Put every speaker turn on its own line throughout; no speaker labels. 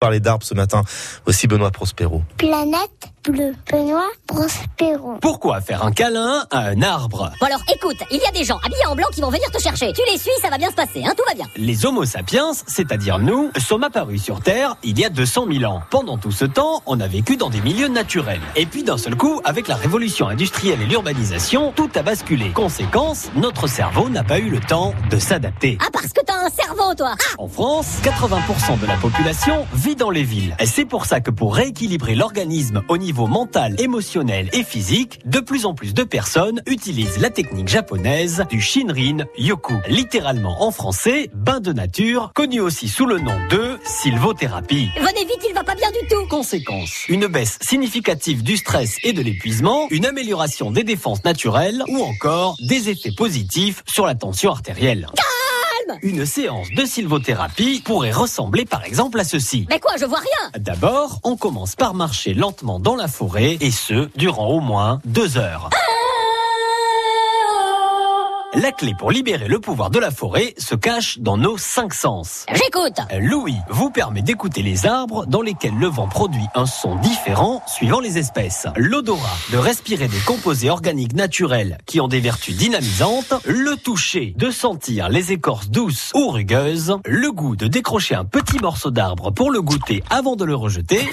parler d'arbres ce matin. Voici Benoît Prospero.
Planète bleue. Benoît Prospero.
Pourquoi faire un câlin à un arbre
Bon alors écoute, il y a des gens habillés en blanc qui vont venir te chercher. Tu les suis, ça va bien se passer, hein, tout va bien.
Les Homo sapiens, c'est-à-dire nous, sommes apparus sur Terre il y a 200 000 ans. Pendant tout ce temps, on a vécu dans des milieux naturels. Et puis d'un seul coup, avec la révolution industrielle et l'urbanisation, tout a basculé. Conséquence, notre cerveau n'a pas eu le temps de s'adapter.
Ah parce que t'as un cerveau toi. Ah
En France, 80% de la population vit dans les villes. Et C'est pour ça que pour rééquilibrer l'organisme au niveau mental, émotionnel et physique, de plus en plus de personnes utilisent la technique japonaise du Shinrin Yoku, littéralement en français bain de nature, connu aussi sous le nom de sylvothérapie.
venez vite, il va pas bien du tout.
Conséquence, une baisse significative du stress et de l'épuisement, une amélioration des défenses naturelles ou encore des effets positifs sur la tension artérielle. Une séance de sylvothérapie pourrait ressembler par exemple à ceci.
Mais quoi, je vois rien.
D'abord, on commence par marcher lentement dans la forêt, et ce, durant au moins deux heures. La clé pour libérer le pouvoir de la forêt se cache dans nos cinq sens.
J'écoute.
L'ouïe vous permet d'écouter les arbres dans lesquels le vent produit un son différent suivant les espèces. L'odorat, de respirer des composés organiques naturels qui ont des vertus dynamisantes. Le toucher, de sentir les écorces douces ou rugueuses. Le goût, de décrocher un petit morceau d'arbre pour le goûter avant de le rejeter.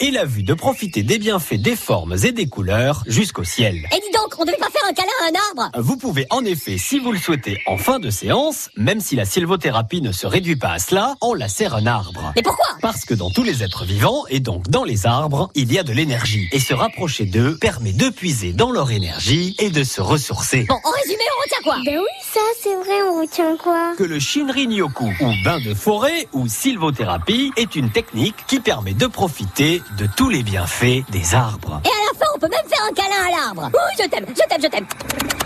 Et la vue, de profiter des bienfaits des formes et des couleurs jusqu'au ciel.
Et dis donc, on devait pas faire un câlin à un arbre.
Vous pouvez en effet, si vous le souhaitez, en fin de séance, même si la sylvothérapie ne se réduit pas à cela, on la serre un arbre.
Mais pourquoi
Parce que dans tous les êtres vivants, et donc dans les arbres, il y a de l'énergie. Et se rapprocher d'eux permet de puiser dans leur énergie et de se ressourcer.
Bon, en résumé, on retient quoi
Ben oui, ça c'est vrai, on retient quoi
Que le Shinrin Yoku, ou bain de forêt, ou sylvothérapie, est une technique qui permet de profiter de tous les bienfaits des arbres.
Et à la fin, on peut même faire un câlin à l'arbre. Ouh, je t'aime, je t'aime, je t'aime.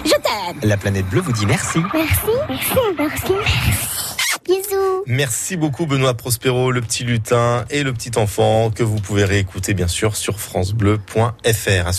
Je t'aime.
La planète bleue vous dit merci.
Merci, merci, merci, merci. Bisous.
Merci beaucoup Benoît Prospero, le petit lutin et le petit enfant que vous pouvez réécouter bien sûr sur francebleu.fr. À